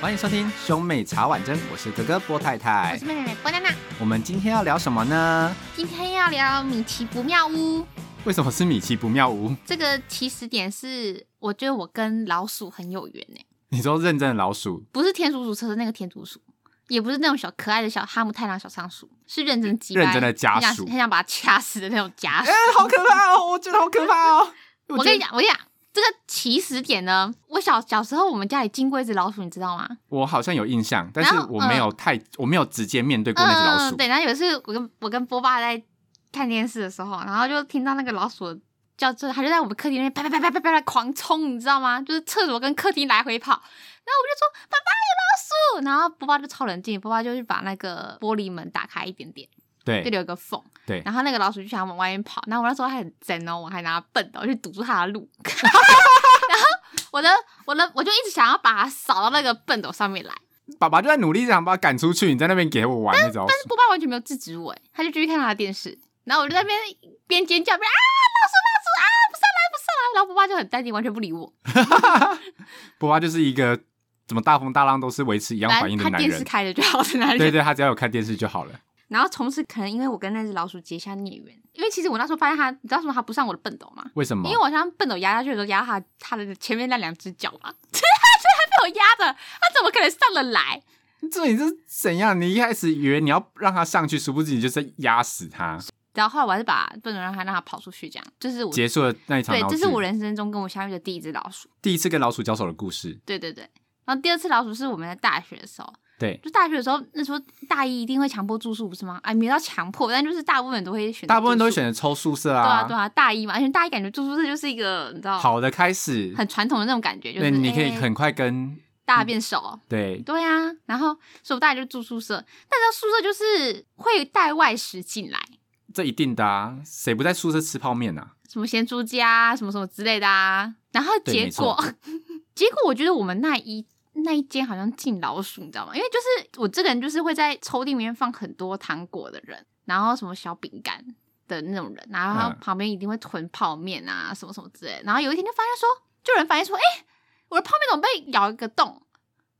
欢迎收听兄妹茶碗蒸，我是哥哥波太我太是。妹妹波娜娜，我们今天要聊什么呢？今天要聊米奇不妙屋。为什么是米奇不妙屋？ 这个起始点是，我觉得我跟老鼠很有缘呢、欸你说认真的老鼠，不是田鼠鼠车的那个田鼠鼠，也不是那种小可爱的小哈姆太郎小仓鼠，是认真击败认真的家哎很想鼠很想把它掐死的那种家鼠。啊好可怕哦！我觉得好可怕哦。我跟你，讲，我跟你讲，这个起始点呢，我小小时候我们家里经过一只老鼠，你知道吗？我好像有印象，但是然后嗯我没有太，我没有直接面对过那只老鼠。对，然后有一次我跟我跟波爸在看电视的时候，然后就听到那个老鼠叫，就它就在我们客厅那边啪啪啪啪啪啪啪狂冲，你知道吗？就是厕所跟客厅来回跑。然后我就说：“爸爸有老鼠！”然后波爸就超冷静，波爸就去把那个玻璃门打开一点点，对这里有个缝。对然后那个老鼠就想往外面跑，然后我那时候还很真哦，我还拿笨的，我去堵住它的路。 然后我的我的我就一直想要把它扫到那个笨斗上面来。爸爸就在努力想把它赶出去，你在那边给我玩那 种。波爸完全没有制止我，哎，他就继续看他的电视，然后我就在那边边尖叫边啊，老鼠老鼠啊，不上来不上来，然后波爸就很淡定，完全不理我。波爸就是一个怎么大风大浪都是维持一样来反应的他男电视人。开着就好在那里。对对，他只要有看电视就好了。然后从此可能因为我跟那只老鼠结下孽缘，因为其实我那时候发现他，你知道为什么他不上我的笨斗吗？为什么因为？我好像笨斗压下去的时候压到他他的前面那两只脚啊，所以 他被我压着，他怎么可能上得来？这你是怎样？你一开始以为你要让他上去，殊不知你就是压死他。然后后来我还是把笨斗让他让他跑出去，这样就是我结束了那一场对，闹这剧，是我人生中跟我相遇的第一只老鼠。第一次跟老鼠交手的故事。对对对。然后第二次老鼠是我们在大学的时候，对，就大学的时候，那时候大一一定会强迫住宿，不是吗？哎，没有到强迫，但就是大部分人都会选，大部分都会选。择抽宿舍对啊，对啊，大一嘛，而且大一感觉住宿舍就是一个你知道，好的开始，很传统的那种感觉，就是对，你可以哎很快跟大家变熟。对对啊，然后所以我大家就住宿舍，但是宿舍就是会带外食进来，这一定的啊，谁不在宿舍吃泡面啊？什么咸猪家、啊，什么什么之类的啊。然后对结没错果，结果我觉得我们那一那一间好像进老鼠，你知道吗？因为就是我这个人就是会在抽屉里面放很多糖果的人，然后什么小饼干的那种人，然后他嗯旁边一定会囤泡面啊，什么什么之类的。然后有一天就发现说，就有人发现说，哎、我的泡面怎么被咬一个洞？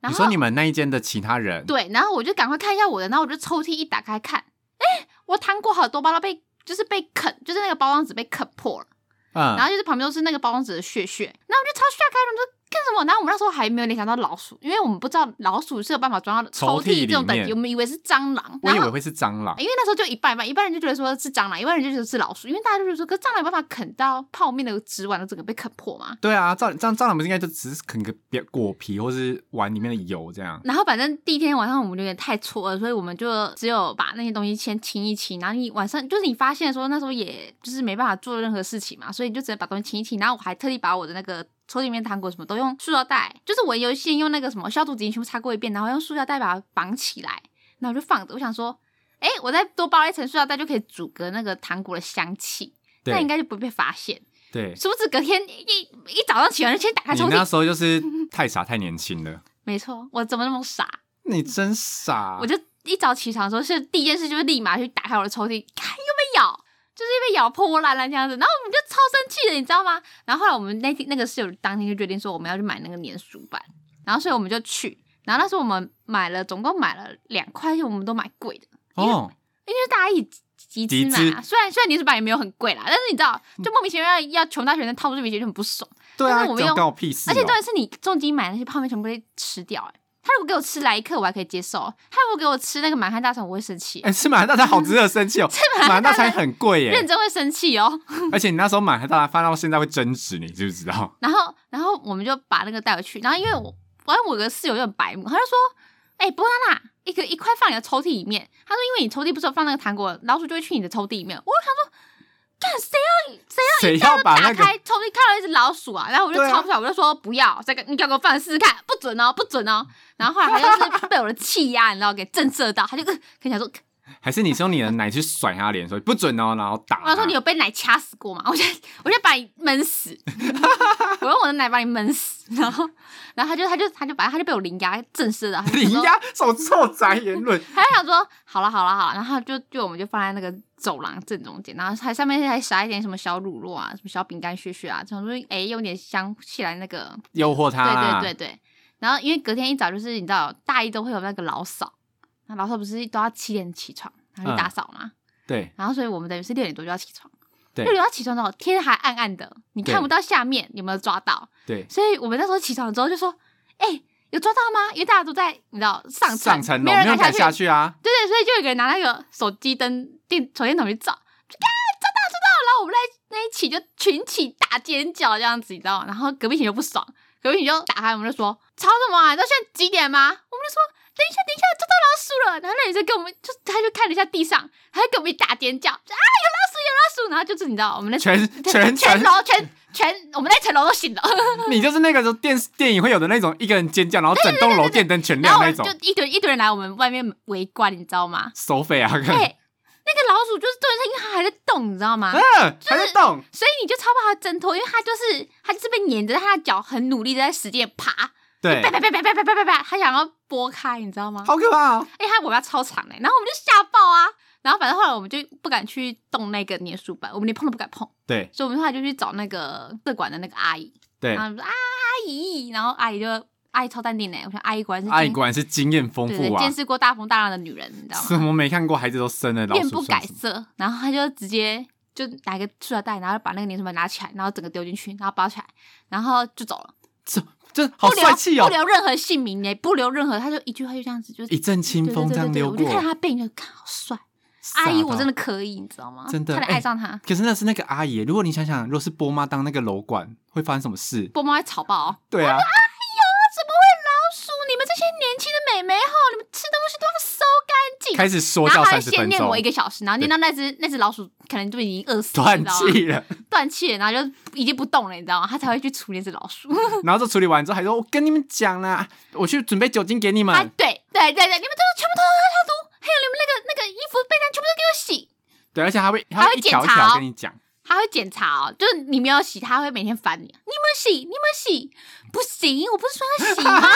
然你后说你们那一间的其他人，对，然后我就赶快看一下我的，然后我就抽屉一打开看，哎、我糖果好多包都被就是被啃，就是那个包装纸被啃破了。然嗯，后就是旁边都是那个包装纸的屑屑，然后我就超吓开了，我说干什么？然后我们那时候还没有联想到老鼠，因为我们不知道老鼠是有办法装到抽抽屉屉这种里等面级，我们以为是蟑螂，我然以后哎为会是蟑螂，因为那时候就一半一半，一半人就觉得说是蟑螂，一半人就觉得是老鼠，因为大家就觉得说，可是蟑螂有办法啃到泡面的纸碗都整个被啃破嘛。对啊，蟑蟑蟑螂不是应该就只是啃个别果皮或是碗里面的油这样？然后反正第一天晚上我们有点太错了，所以我们就只有把那些东西先清一清。然后你晚上就是你发现说那时候也就是没办法做任何事情嘛，所以你就只能把东西清一清。然后我还特地把我的那个抽屉里面的糖果什么都用塑料袋，就是我有先用那个什么消毒纸巾全部擦过一遍，然后用塑料袋把它绑起来，然后我就放着。我想说，哎，我再多包一层塑料袋就可以阻隔那个糖果的香气，那应对该就不会被发现。对，殊不知隔天一一早上起来就先打开你抽那屉，时候 就是太傻太年轻了，没错，我怎么那么傻？你真傻我。就一早起床的时候，是第一件事就是立马去打开我的抽屉，看又被咬，就是被咬破破烂烂这样子，然后我们就超生气的，你知道吗？然后后来我们那天那个室友当天就决定说我们要去买那个粘鼠板，然后所以我们就去，然后那时候我们买了总共买了两块，因为我们都买贵的，哦，因为大家一起集集资集嘛，虽然虽然粘鼠板也没有很贵啦，但是你知道，就莫名其妙要要穷大学生掏出这笔钱就很不爽。对啊，但是我没有这关我屁事哦。而且重点是你重金买的那些泡面全部被吃掉、欸，他如果给我吃来一克，我还可以接受；他如果给我吃那个满汉大餐，我会生气、哎，吃满汉大餐好值得生气哦，吃满汉汉大餐大餐很贵耶认，真会生气哦。 而且你那时候买大餐，翻到现在会增值，你知不知道？然后，然后我们就把那个带回去。然后因为我，反正我有个室友就很白目，他就说：“哎、波娜娜，一个一块放你的抽屉里面。”他说：“因为你抽�里不是有放那个糖果，老鼠就会去你的抽屉里面。”我就想说，干谁要谁要谁要要把那打个开抽屉看到一只老鼠啊？然后我就对啊超不爽，我就说不要，这个你给我放试试看，不准哦，不准哦。然后后来他就是被我的气压，你知道给震慑到，他就跟跟想说，还是你是用你的奶去甩他脸，说不准哦，然后打我他。说你有被奶掐死过吗？ 我就我就把你闷死， 我用我的奶把你闷死，然后然后他就他就他就把他就被我灵牙震慑了，他就想你说呀，什么臭宅言论？他就想说好了好了好了，然后就就我们就放在那个走廊正中间，然后还上面还撒一点什么小乳酪啊，什么小饼干屑屑啊，想说哎用点香气来那个，诱惑对他啦。对对对，然后因为隔天一早就是你知道大一都会有那个老扫，那老扫不是都要七点起床然后去打扫吗？对然后所以我们等于是六点多就要起床，对六点要起床之后天还暗暗的，你对看不到下面有没有抓到，对，所以我们那时候起床之后就说，哎、有抓到吗？因为大家都在你知道上层，上层楼没有人没有敢敢下下去，去啊，对对，所以就有一个人拿那个手机灯电手电筒去照，就啊抓到抓到，然后我们那那一起就群起大尖叫这样子，你知道吗？然后隔壁群就不爽，隔壁群就打开我们就说吵什么啊？你知道现在几点吗？我们就说等一下等一下抓到老鼠了，然后那女生跟我们就他就看了一下地上，他就跟我们大尖叫啊有老鼠有老鼠，然后就是你知道我们那全全全全，楼全全我们那层楼都醒了。你就是那个时候电视电影会有的那种，一个人尖叫，然后整栋楼电灯全然亮后那我种？就，一堆一堆人来我们外面围观，你知道吗收费啊，哎、看，那个老鼠就是对，因为它还在动，你知道吗？嗯，还在动，所以你就超不好挣脱，因为它就是它就是被粘着，它的脚很努力的在使劲地爬，对啪，啪啪啪啪啪啪啪啪，它想要拨开，你知道吗？好可怕哦，哎、它尾巴超长的、然后我们就吓爆啊！然后反正后来我们就不敢去动那个粘鼠板，我们连碰都不敢碰，对所以我们后来就去找那个各馆的那个阿姨，对然，后我们说啊阿姨，然后阿姨就阿姨超淡定的、我说阿姨果然是阿姨经果然是经验丰对对富见啊，识过大风大浪的女人，你知道吗？什么没看过，孩子都生了，老面鼠不算改什么色，然后他就直接就拿一个塑料袋，然后把那个粘鼠板拿起来，然后整个丢进去，然后包起来，然后就走了，这这好不留帅气哦不！留任何姓名也不留任何，他就一句话就这样子，就是一阵清对对风对这样对对溜我就看过，他背影，就看好帅，傻阿姨我到真的可以，你知道吗？真的差点哎爱上他，可是那是那个阿姨，如果你想想，如果是波妈当那个楼管，会发生什么事？波妈会吵爆、哦，对啊，怎么会老鼠？你们这些年轻的美眉吼，你们吃东西都要收干净。开始说然教后他三就十先分念钟我，一个小时，然后念到那只那只老鼠可能就已经饿死了，断你知道吗？气了。断气了，然后就已经不动了，你知道吗？他才会去处理这只老鼠。然后这处理完之后，还说：“我跟你们讲啦，我去准备酒精给你啊，们。对对对对，你们都是全部都都消毒，还有你们那个那个衣服被单全部都给我洗。”对，而且还会还会还会一条一检查哦条跟你讲，他会检查哦，就是你没有洗，他会每天烦你。你有没有洗？你有没有洗？不行，我不是说要洗吗？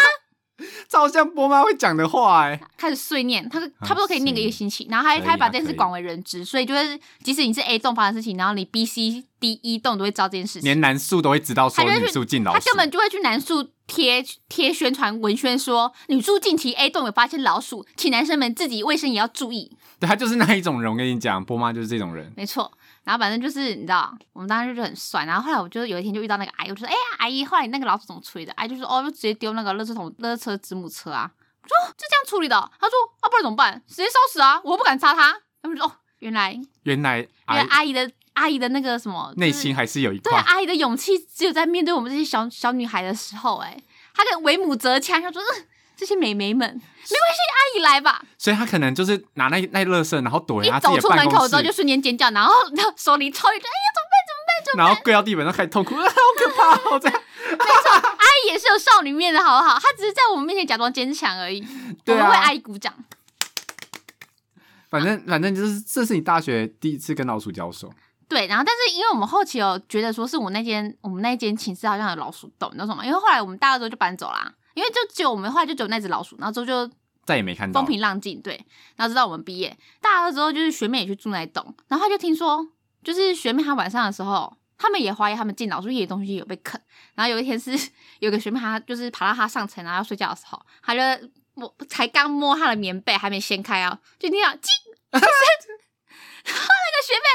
照像波妈会讲的话哎、开始碎念，他啊差不多可以念个一个星期，然后他可以啊他会把这件事可以广为人知，所以就是即使你是 A 栋发生的事情，然后你 B、C、D、E 栋都会知道这件事情。连男宿都会知道说他就女是宿进老他鼠根，本就会去南树贴贴宣传文宣说，女宿近期 A 栋有发现老鼠，请男生们自己卫生也要注意。对他就是那一种人。我跟你讲，波妈就是这种人。没错，然后反正就是你知道，我们当时就是很帅。然后后来我就有一天就遇到那个阿姨，我就说：“哎、阿姨，后来你那个老鼠怎么处理的？”阿姨就说：“哦，就直接丢那个垃圾桶、垃圾车、子母车啊。”我说哦：“就这样处理的哦？”她说：“啊，不然怎么办？直接烧死啊！我又不敢杀它。”他们就说：“哦，原来原原来阿来姨阿姨的阿姨的那个什么内心。还是有一就是”对，块，阿姨的勇气只有在面对我们这些小小女孩的时候、哎，她跟为母则强，她说：“嗯，这些美眉们，没关系，阿姨来吧。”所以他可能就是拿那那乐色，然后躲一在他自走己的出办门口公之后，室就，瞬间尖叫，然后然后手里抽一根，哎呀，怎么办？怎么办？然后跪到地板上开始痛哭，啊 好可怕哦！这样阿姨也是有少女面的，好不好？她只是在我们面前假装坚 强而已。对啊我们为阿姨鼓掌。反正反正就是，这是你大学第一次跟老鼠交手，对，然后但是因为我们后期有觉得说是我那间我们那间寝室好像有老鼠洞，你知道什么？因为后来我们大二之后就搬走啦，因为就只有我们后来就只有那只老鼠，然后之后就再也没看到风。平浪静，对，然后直到我们毕业，大二之后就是学妹也去住那一栋，然后她就听说，就是学妹她晚上的时候，他们也怀疑他们进老鼠野的东西有被啃，然后有一天是 有个学妹她就是爬到她上层然后要睡觉的时候，她就摸才刚摸她的棉被还没掀开啊，就听到叽一声， 然后那个学妹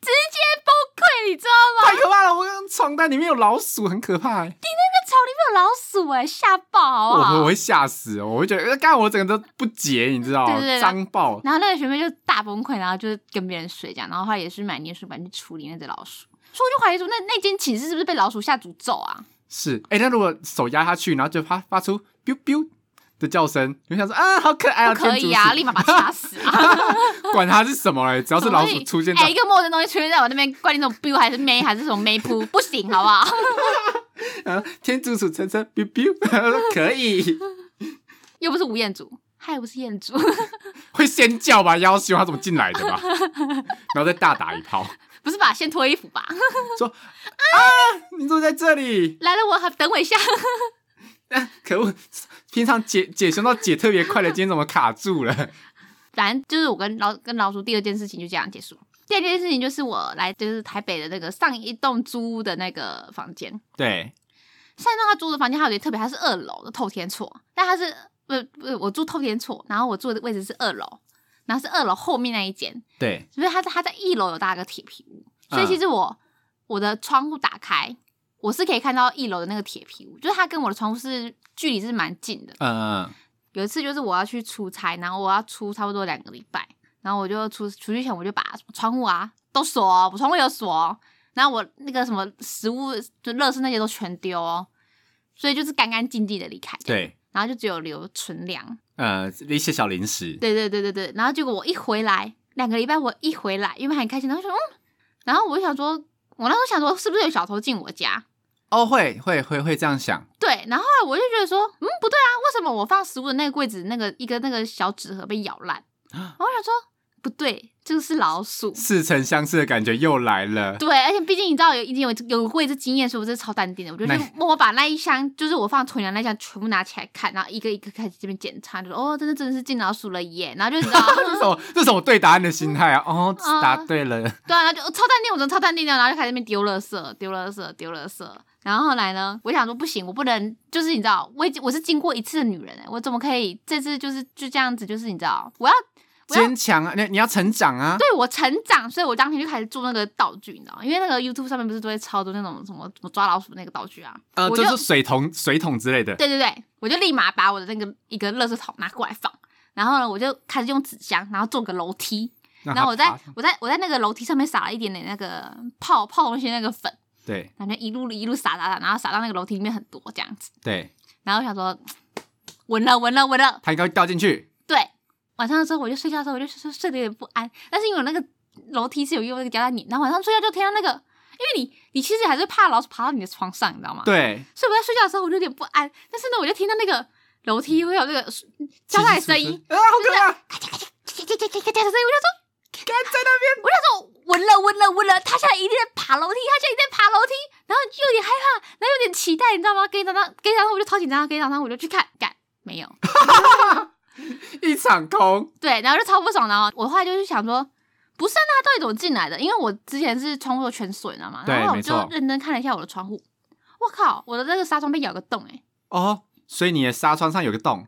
直接崩溃，你知道吗？太可怕了！我刚刚床单里面有老鼠，很可怕、欸，那草里面有老鼠哎、吓爆啊好不我好？我会吓死哦，我会觉得，刚我整个都不解，你知道对对吗？对脏爆，然后那个学妹就大崩溃，然后就是跟别人睡这样，然后后来也是买粘鼠板去处理那只老鼠，所以我就怀疑说那那间寝室是不是被老鼠下诅咒啊？是哎、那如果手压下去，然后就发发出 biu biu 的叫声，你会想说啊，好可爱啊，不可以天竺啊，鼠立马把它掐死啊！管它是什么嘞， 只要是老怎么可鼠以出现哎、在一，个陌生东西出现在我那边，怪你这种 biu 还是 may 还是什么 may 扑，不行好不 好？啊天竺鼠晨晨 biu biu，可 以又不是吴彦祖，他也不是彦祖， 会先叫吧，要求它怎么进来的吧，然后再大打一炮，不是吧？先脱衣服吧， 说啊，你怎么在这里？来了我还等我一下，啊可恶！平常解解胸到解特别快的，今天怎么卡住了？反正就是我跟老跟老鼠第二件事情就这样结束。第二件事情就是我来就是台北的那个上一栋租屋的那个房间，对，善栋他租的房间还有点特别，他是二楼的透天厝，但他是不不我住透天厝，然后我住的位置是二楼，然后是二楼后面那一间，对，所以他在他在一楼有搭个铁皮屋，所以嗯其实我、我的窗户打开，我是可以看到一楼的那个铁皮屋，就是它跟我的窗户是距离是蛮近的。嗯嗯有一次就是我要去出差，然后我要出差不多两个礼拜，然后我就出出去前我就把窗户啊都锁、哦，我窗户有锁、哦，然后我那个什么食物就乐事那些都全丢哦，所以就是干干净净的离开。，对，然后就只有留存粮。呃，一些小零食，对对对对对，然后结果我一回来，两个礼拜我一回来，因为很开心，然后就说嗯，然后我就想说，我那时候想说是不是有小偷进我家？哦，会会会会这样想，对对，然后后来我就觉得说，嗯，不对啊，为什么我放食物的那个柜子那个一个那个小纸盒被咬烂？然后我想说，不对，这个是老鼠。似曾相识的感觉又来了，对，而且毕竟你知道有已经有有过一次经验，所以我真的超淡定的。我就去那默默把那一箱，就是我放囤粮那一箱全部拿起来看，然后一个一个开始这边检查，就说哦，真的真的是进老鼠了耶。然后就你知道 这是什么这是什么对答案的心态啊？哦，啊答对了，对啊，然后就我超淡定，我真的超淡定的，然后就开始在那边丢垃圾，丢垃圾，丢垃圾。然后后来呢，我想说不行，我不能，就是你知道，我已经我是经过一次的女人、欸，我怎么可以这次就是就这样子，就是你知道，我要我要坚强啊，你你要成长啊，对我成长，所以我当天就开始做那个道具，你知道吗，因为那个 YouTube 上面不是都会超多那种什么什么抓老鼠那个道具啊，呃，我就是水桶水桶之类的，对对对，我就立马把我的那个一个垃圾桶拿过来放，然后呢，我就开始用纸箱，然后做个楼梯，让然后它我在爬我在我在那个楼梯上面撒了一点点那个泡泡东西的那个粉，对然后就一路一路撒撒撒，然后撒到那个楼梯里面很多这样子。对，然后我想说，稳了稳了稳了。它应该会掉进去，对，晚上的时候我就睡觉的时候我就睡睡得有点不安，但是因为我那个楼梯是有用那个胶带粘，然后晚上睡觉就听到那个，因为你你其实还是怕老鼠爬到你的床上，你知道吗？。对，所以我在睡觉的时候我就有点不安，但是呢，我就听到那个楼梯会有那个胶带的声音，啊，好可怕！咔嚓咔嚓咔嚓咔嚓咔嚓咔嚓的声音，我就说，在那边，我就说稳了稳了稳了，他现在一定在爬楼梯，他现在一定在爬楼梯，然后就有点害怕，然后有点期待，你知道吗？隔一早上，隔一早上我就超紧张，隔一早上我就去看，干没有，一场空，对，然后就超不爽的哦。我后来就是想说，不是啊，那他到底怎么进来的？因为我之前是窗户都全锁，你知道吗？对然后我没就错认真看了一下我的窗户，我靠，我的那个纱窗被咬个洞哎、欸哦，所以你的纱窗上有个洞，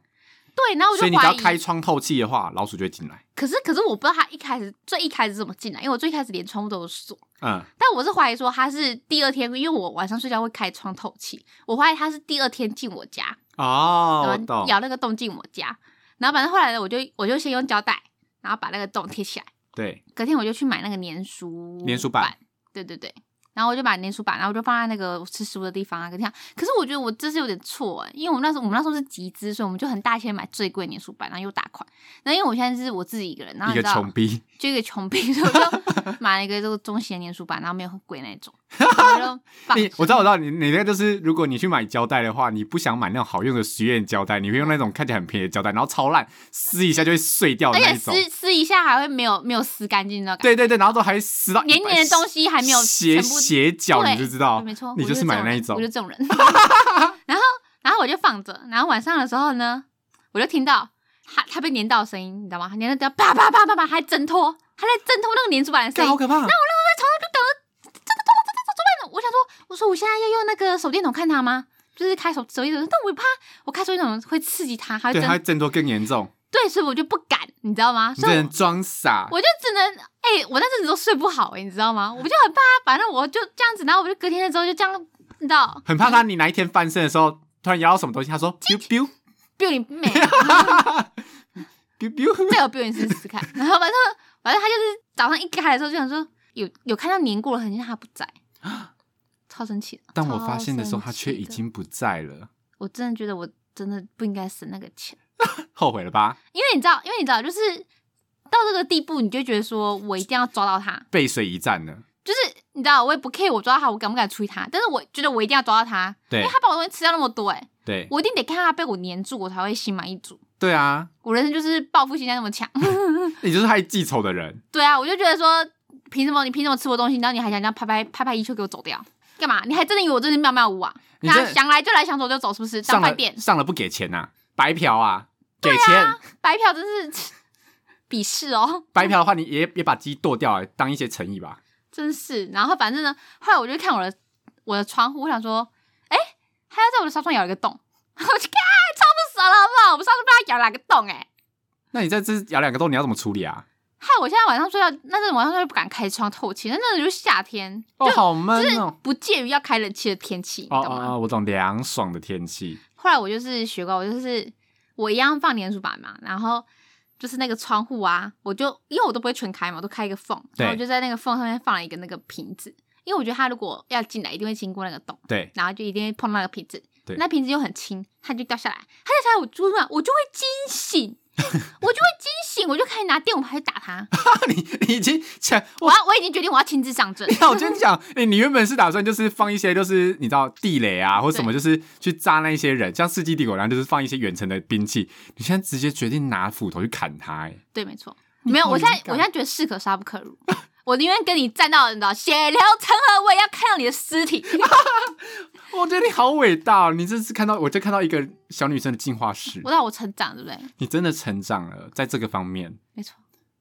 对，然后我就所以你只怀要疑，开窗透气的话，老鼠就会进来。可是可是我不知道他一开始最一开始怎么进来，因为我最一开始连窗户都有锁，嗯，但我是怀疑说他是第二天，因为我晚上睡觉会开窗透气，我怀疑他是第二天进我家，哦，我然后懂。咬那个洞进我家。然后反正后来呢，我就我就先用胶带，然后把那个洞贴起来。对，隔天我就去买那个粘鼠粘鼠板，对对对。然后我就把粘鼠板，然后我就放在那个我吃食物的地方啊，跟这样。可是我觉得我这次有点错、欸，因为我们那时候我们那时候是集资，所以我们就很大钱买最贵的粘鼠板，然后又打款。那因为我现在是我自己一个人，然后一你个知道穷逼，就一个穷逼，所以 我就买了一个这个中型的粘鼠板，然后没有很贵那种，然后就放你我知道，我知道，你你那个就是，如果你去买胶带的话，你不想买那种好用的实验胶带，你会用那种看起来很便宜的胶带，然后超烂，撕一下就会碎掉的而哦那且一种。哎撕撕一下还会没有没有撕干净那种感对对对，然后都还撕到觉，黏黏的东西还没有全斜部斜角，对你就知道对，没错，你我就是是买这那一人种我就这种人。 然后，然后我就放着，然后晚上的时候呢，我就听到它它被粘到的声音，你知道吗？它粘到掉，啪啪啪啪啪，还挣脱，它在挣脱那个粘鼠板的声干音。好可怕。我想说，我说我现在要用那个手电筒看它吗？就是开手手电筒，但我怕我开手电筒会刺激它，它会对，挣它挣脱更严重，对，所以我就不敢，你知道吗？你所这以人我装傻。我就只能哎、我那阵子都睡不好、哎，你知道吗？我就很怕，反正我就这样子，然后我就隔天的时候就这样，你知道，很怕他，你哪一天翻身的时候突然摇到什么东西，他说 biu biu 比你美， biu biu， 再有表演试试看。然后反正反正他就是早上一开的时候就想说，有有看到年过了痕迹，但他不在，超生气的。当我发现的时候，他却已超生哦气的，经不在了，我真的觉得我真的不应该省那个钱，后悔了吧？因为你知道，因为你知道，就是到这个地步，你就觉得说我一定要抓到他，背水一战了，就是你知道，我也不 care 我抓到他，我敢不敢处理他，但是我觉得我一定要抓到他，因对为他把我东西吃掉那么多、欸，哎，对我一定得看他被我黏住，我才会心满意足。对啊，我人生就是报复心态那么强。你就是害记仇的人，对啊，我就觉得说，凭什么你凭什么吃我东西，然后你还想这样拍拍拍拍衣袖给我走掉？干嘛？你还真的以为我真的是妙妙屋啊？你那这想来就来，想走就走，是不是？当上饭了店上了不给钱呐、白嫖啊，给钱白嫖真是 鄙视哦， 白嫖的话，你也也把鸡剁掉，啊当一些诚意吧。真是。然后反正呢，后来我就看我的我的窗户，我想说，哎、它要在我的烧窗咬一个洞， 我就看超不爽了，好不好？我们上次被它咬了两个洞、欸，哎，那你在这咬两个洞，你要怎么处理啊？害我现在晚上睡觉，那阵晚上睡觉不敢开窗透气，那阵就是夏天，哦，好闷就是哦。不介于要开冷气的天气，你哦懂吗？哦哦，我懂，凉爽的天气。后来我就是学过，我就是我一样放粘鼠板嘛，然后就是那个窗户啊，我就因为我都不会全开嘛，我都开一个缝，对然后我就在那个缝上面放了一个那个瓶子，因为我觉得它如果要进来，一定会经过那个洞，对， 然后就一定会碰到那个瓶子对，那瓶子又很轻，它就掉下来，它掉下来我就嘛，我就会惊醒，我就会惊醒，我就可以拿电蚊拍去打 它，你你已经 讲，我要我已经决定我要亲自上 阵你，看我跟你讲，哎、你原本是打算就是放一些就是你知道地雷啊或什么，就是去炸那一些人，像《世纪帝国》然后就是放一些远程的兵器，你现在直接决定拿斧头去砍他、哎，对，没错，没有，我现在我现在觉得士可杀不可辱。我宁愿跟你站到你知道血流成河，我也要看到你的尸体。我觉得你好伟大、哦，你这次看到我就看到一个小女生的进化史我，让我成长，对不对？你真的成长了，在这个方面。没错，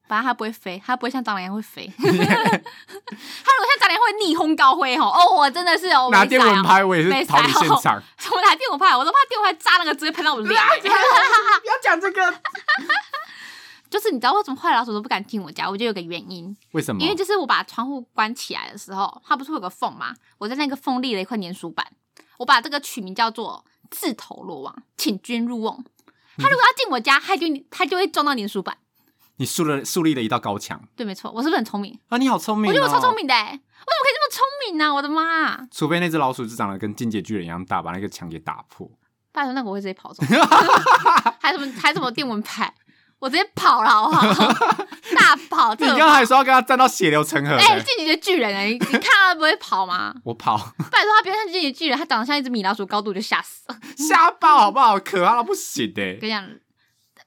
反正它不会飞，它不会像蟑螂一样 会飞。它如果像蟑螂一样会逆风高飞吼，哦，我真的是哦，我拿没电傻蚊哦，拍我也是逃离现没场，我拿电蚊拍，我都怕电蚊拍扎那个直接喷到我脸。啊欸 不要讲这个，就是你知道为什么坏老鼠都不敢进我家？我就有个原因，为什么？因为就是我把窗户关起来的时候，它不是会有个缝吗？我在那个缝立了一块粘鼠板，我把这个取名叫做“自投罗网，请君入瓮”。它如果要进我家，它就它就会撞到粘鼠板。你树了树立了一道高墙对，没错，我是不是很聪明？啊！你好聪明、哦，我觉得我超聪明的、欸，为什么可以这么聪明呢、我的妈、啊！除非那只老鼠是长得跟进阶巨人一样大，把那个墙给打破。拜托，那个我会直 接跑走，还什么还什么电蚊拍，我直接跑了好不好？ 大跑你特刚跑！刚还说要跟他战到血流成河呢、哎，进击的巨人哎、你你看他不会跑吗？我跑拜托，他不要像进击的巨人，他长得像一只米老鼠，高度我就吓死了。瞎爆好不好？可爱到不行欸的、跟你讲，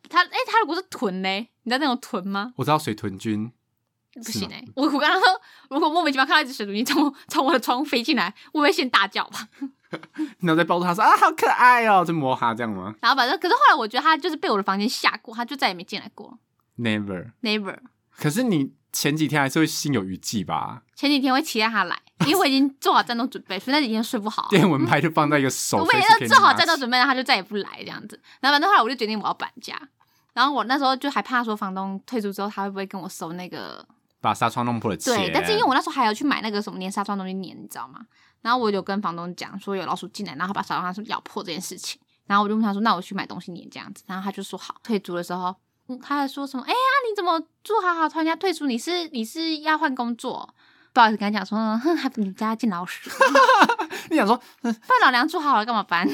他哎、他如果是豚嘞，你知道那种豚吗？我知道水豚君，不行哎、我我刚刚说，如果莫名其妙看到一只水豚鱼从我从我的窗户飞进来，我会先大叫吧。然后再抱住他说啊，好可爱哦、就摸他这样吗然后反正，可是后来我觉得他就是被我的房间吓过，他就再也没进来过了？Never。 ，never。可是你前几天还是会心有余悸吧？前几天会期待他来，因为我已经做好战斗准备，所以那几天睡不好啊、电蚊拍就放在一个手，嗯我每随时天可都以做好拿战斗起准备，然后他就再也不来这样子。然后反正后来我就决定我要搬家，然后我那时候就还怕说房东退出之后他会不会跟我收那个把纱窗弄破的对钱，，但是因为我那时候还有去买那个什么粘纱窗的东西粘，你知道吗？然后我有跟房东讲说有老鼠进来，然后把纱窗是咬破这件事情。然后我就问他说：“那我去买东西粘这样子。”然后他就说好。退租的时候，嗯，他还说什么：“哎呀，你怎么住好好，突然间退租？你是你是要换工作？”不好意思跟他讲说：“哼，还你家进老鼠， 不你想说然老娘住好了干嘛 搬？”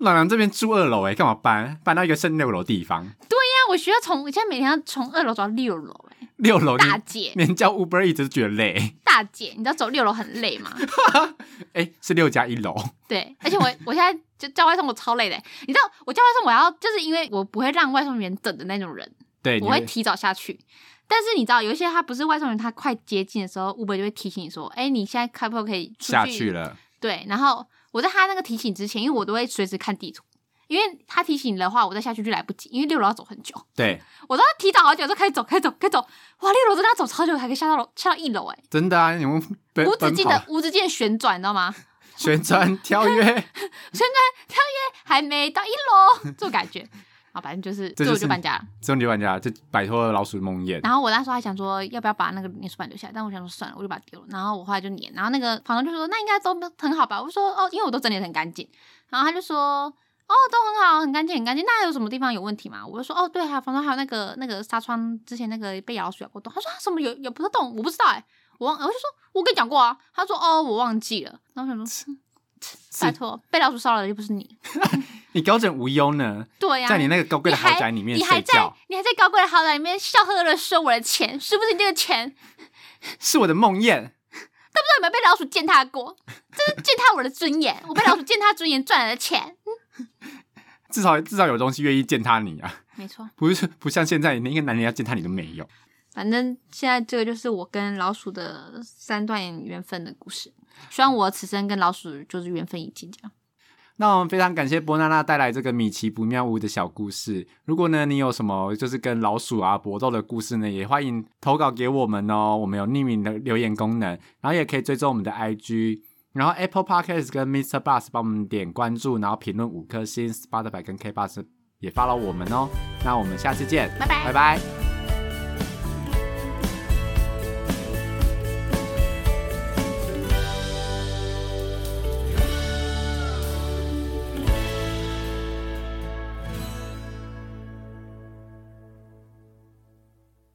老娘这边住二楼哎、干嘛搬搬到一个剩六楼的地方？那我需要从我现在每天要从二楼走到六楼、欸，六楼大连姐 连叫 Uber 一直觉得累， 大姐，你知道走六楼很累吗？哎、是六加一楼，对，而且我 我现在就叫外送，我超累的欸、你知道我叫外送，我要就是因为我不会让外送员等的那种人，对，我你会提早下去。但是你知道，有一些他不是外送员，他快接近的时候，Uber 就会提醒你说：“哎、你现在可不可以出去下去了。对，然后我在他那个提醒之前，因为我都会随时看地图，因为他提醒的话，我再下去就来不及，因为六楼要走很久。对，我都要提早好久就开始走，开始走，开始走。哇，六楼真的要走超久才可以下到楼，下到一楼哎、真的啊，你们奔无止奔境跑的、无止境的旋转，你知道吗？旋转、跳跃，还没到一楼， 这种感觉。啊，反正就是，这所以就我是就搬家了。这种女玩家就摆脱了老鼠的梦魇。然后我那时候还想说，要不要把那个粘鼠板留下来？但我想说算了，我就把它丢了。然后我后来就粘，然后那个房东就说：“那应该都很好吧？”我说：“哦，因为我都整理得很干净。”然后他就说：“哦，都很好，很干净，很干净。那还有什么地方有问题吗？”我就说：“哦，对，还有房东还有那个那个纱窗之前那个被咬鼠咬过洞。”他说：“啊什么有有不是洞？我不知道哎、我忘。”我就说：“我跟你讲过啊。”他说：“哦，我忘记了。”然后我想说嗯：“拜托，被老鼠骚扰的又不是你。你高枕无忧呢，”对呀、啊在你那个高贵的豪宅里面你还睡在觉，你还在高贵的豪宅里面笑呵呵的收我的钱，是不是你这个钱是我的梦魇。都没有被老鼠践踏过？ 这是践踏我的尊严，我被老鼠践踏尊严赚来的钱。至少至少有东西愿意践踏你啊，没错，不是不像现在，那个男人要践踏你都没有。反正现在这个就是我跟老鼠的三段缘分的故事。希望我此生跟老鼠就是缘分已尽这样。那我们非常感谢波娜娜带来这个米奇不妙屋的小故事。如果呢你有什么就是跟老鼠啊搏斗的故事呢，也欢迎投稿给我们哦。我们有匿名的留言功能，然后也可以追踪我们的 IG。然后 Apple Podcast 跟 Mr. Bus 帮我们点关注，然后评论五颗星，Spotify 跟 K Bus 也 follow 我们哦。那我们下次见，拜拜拜拜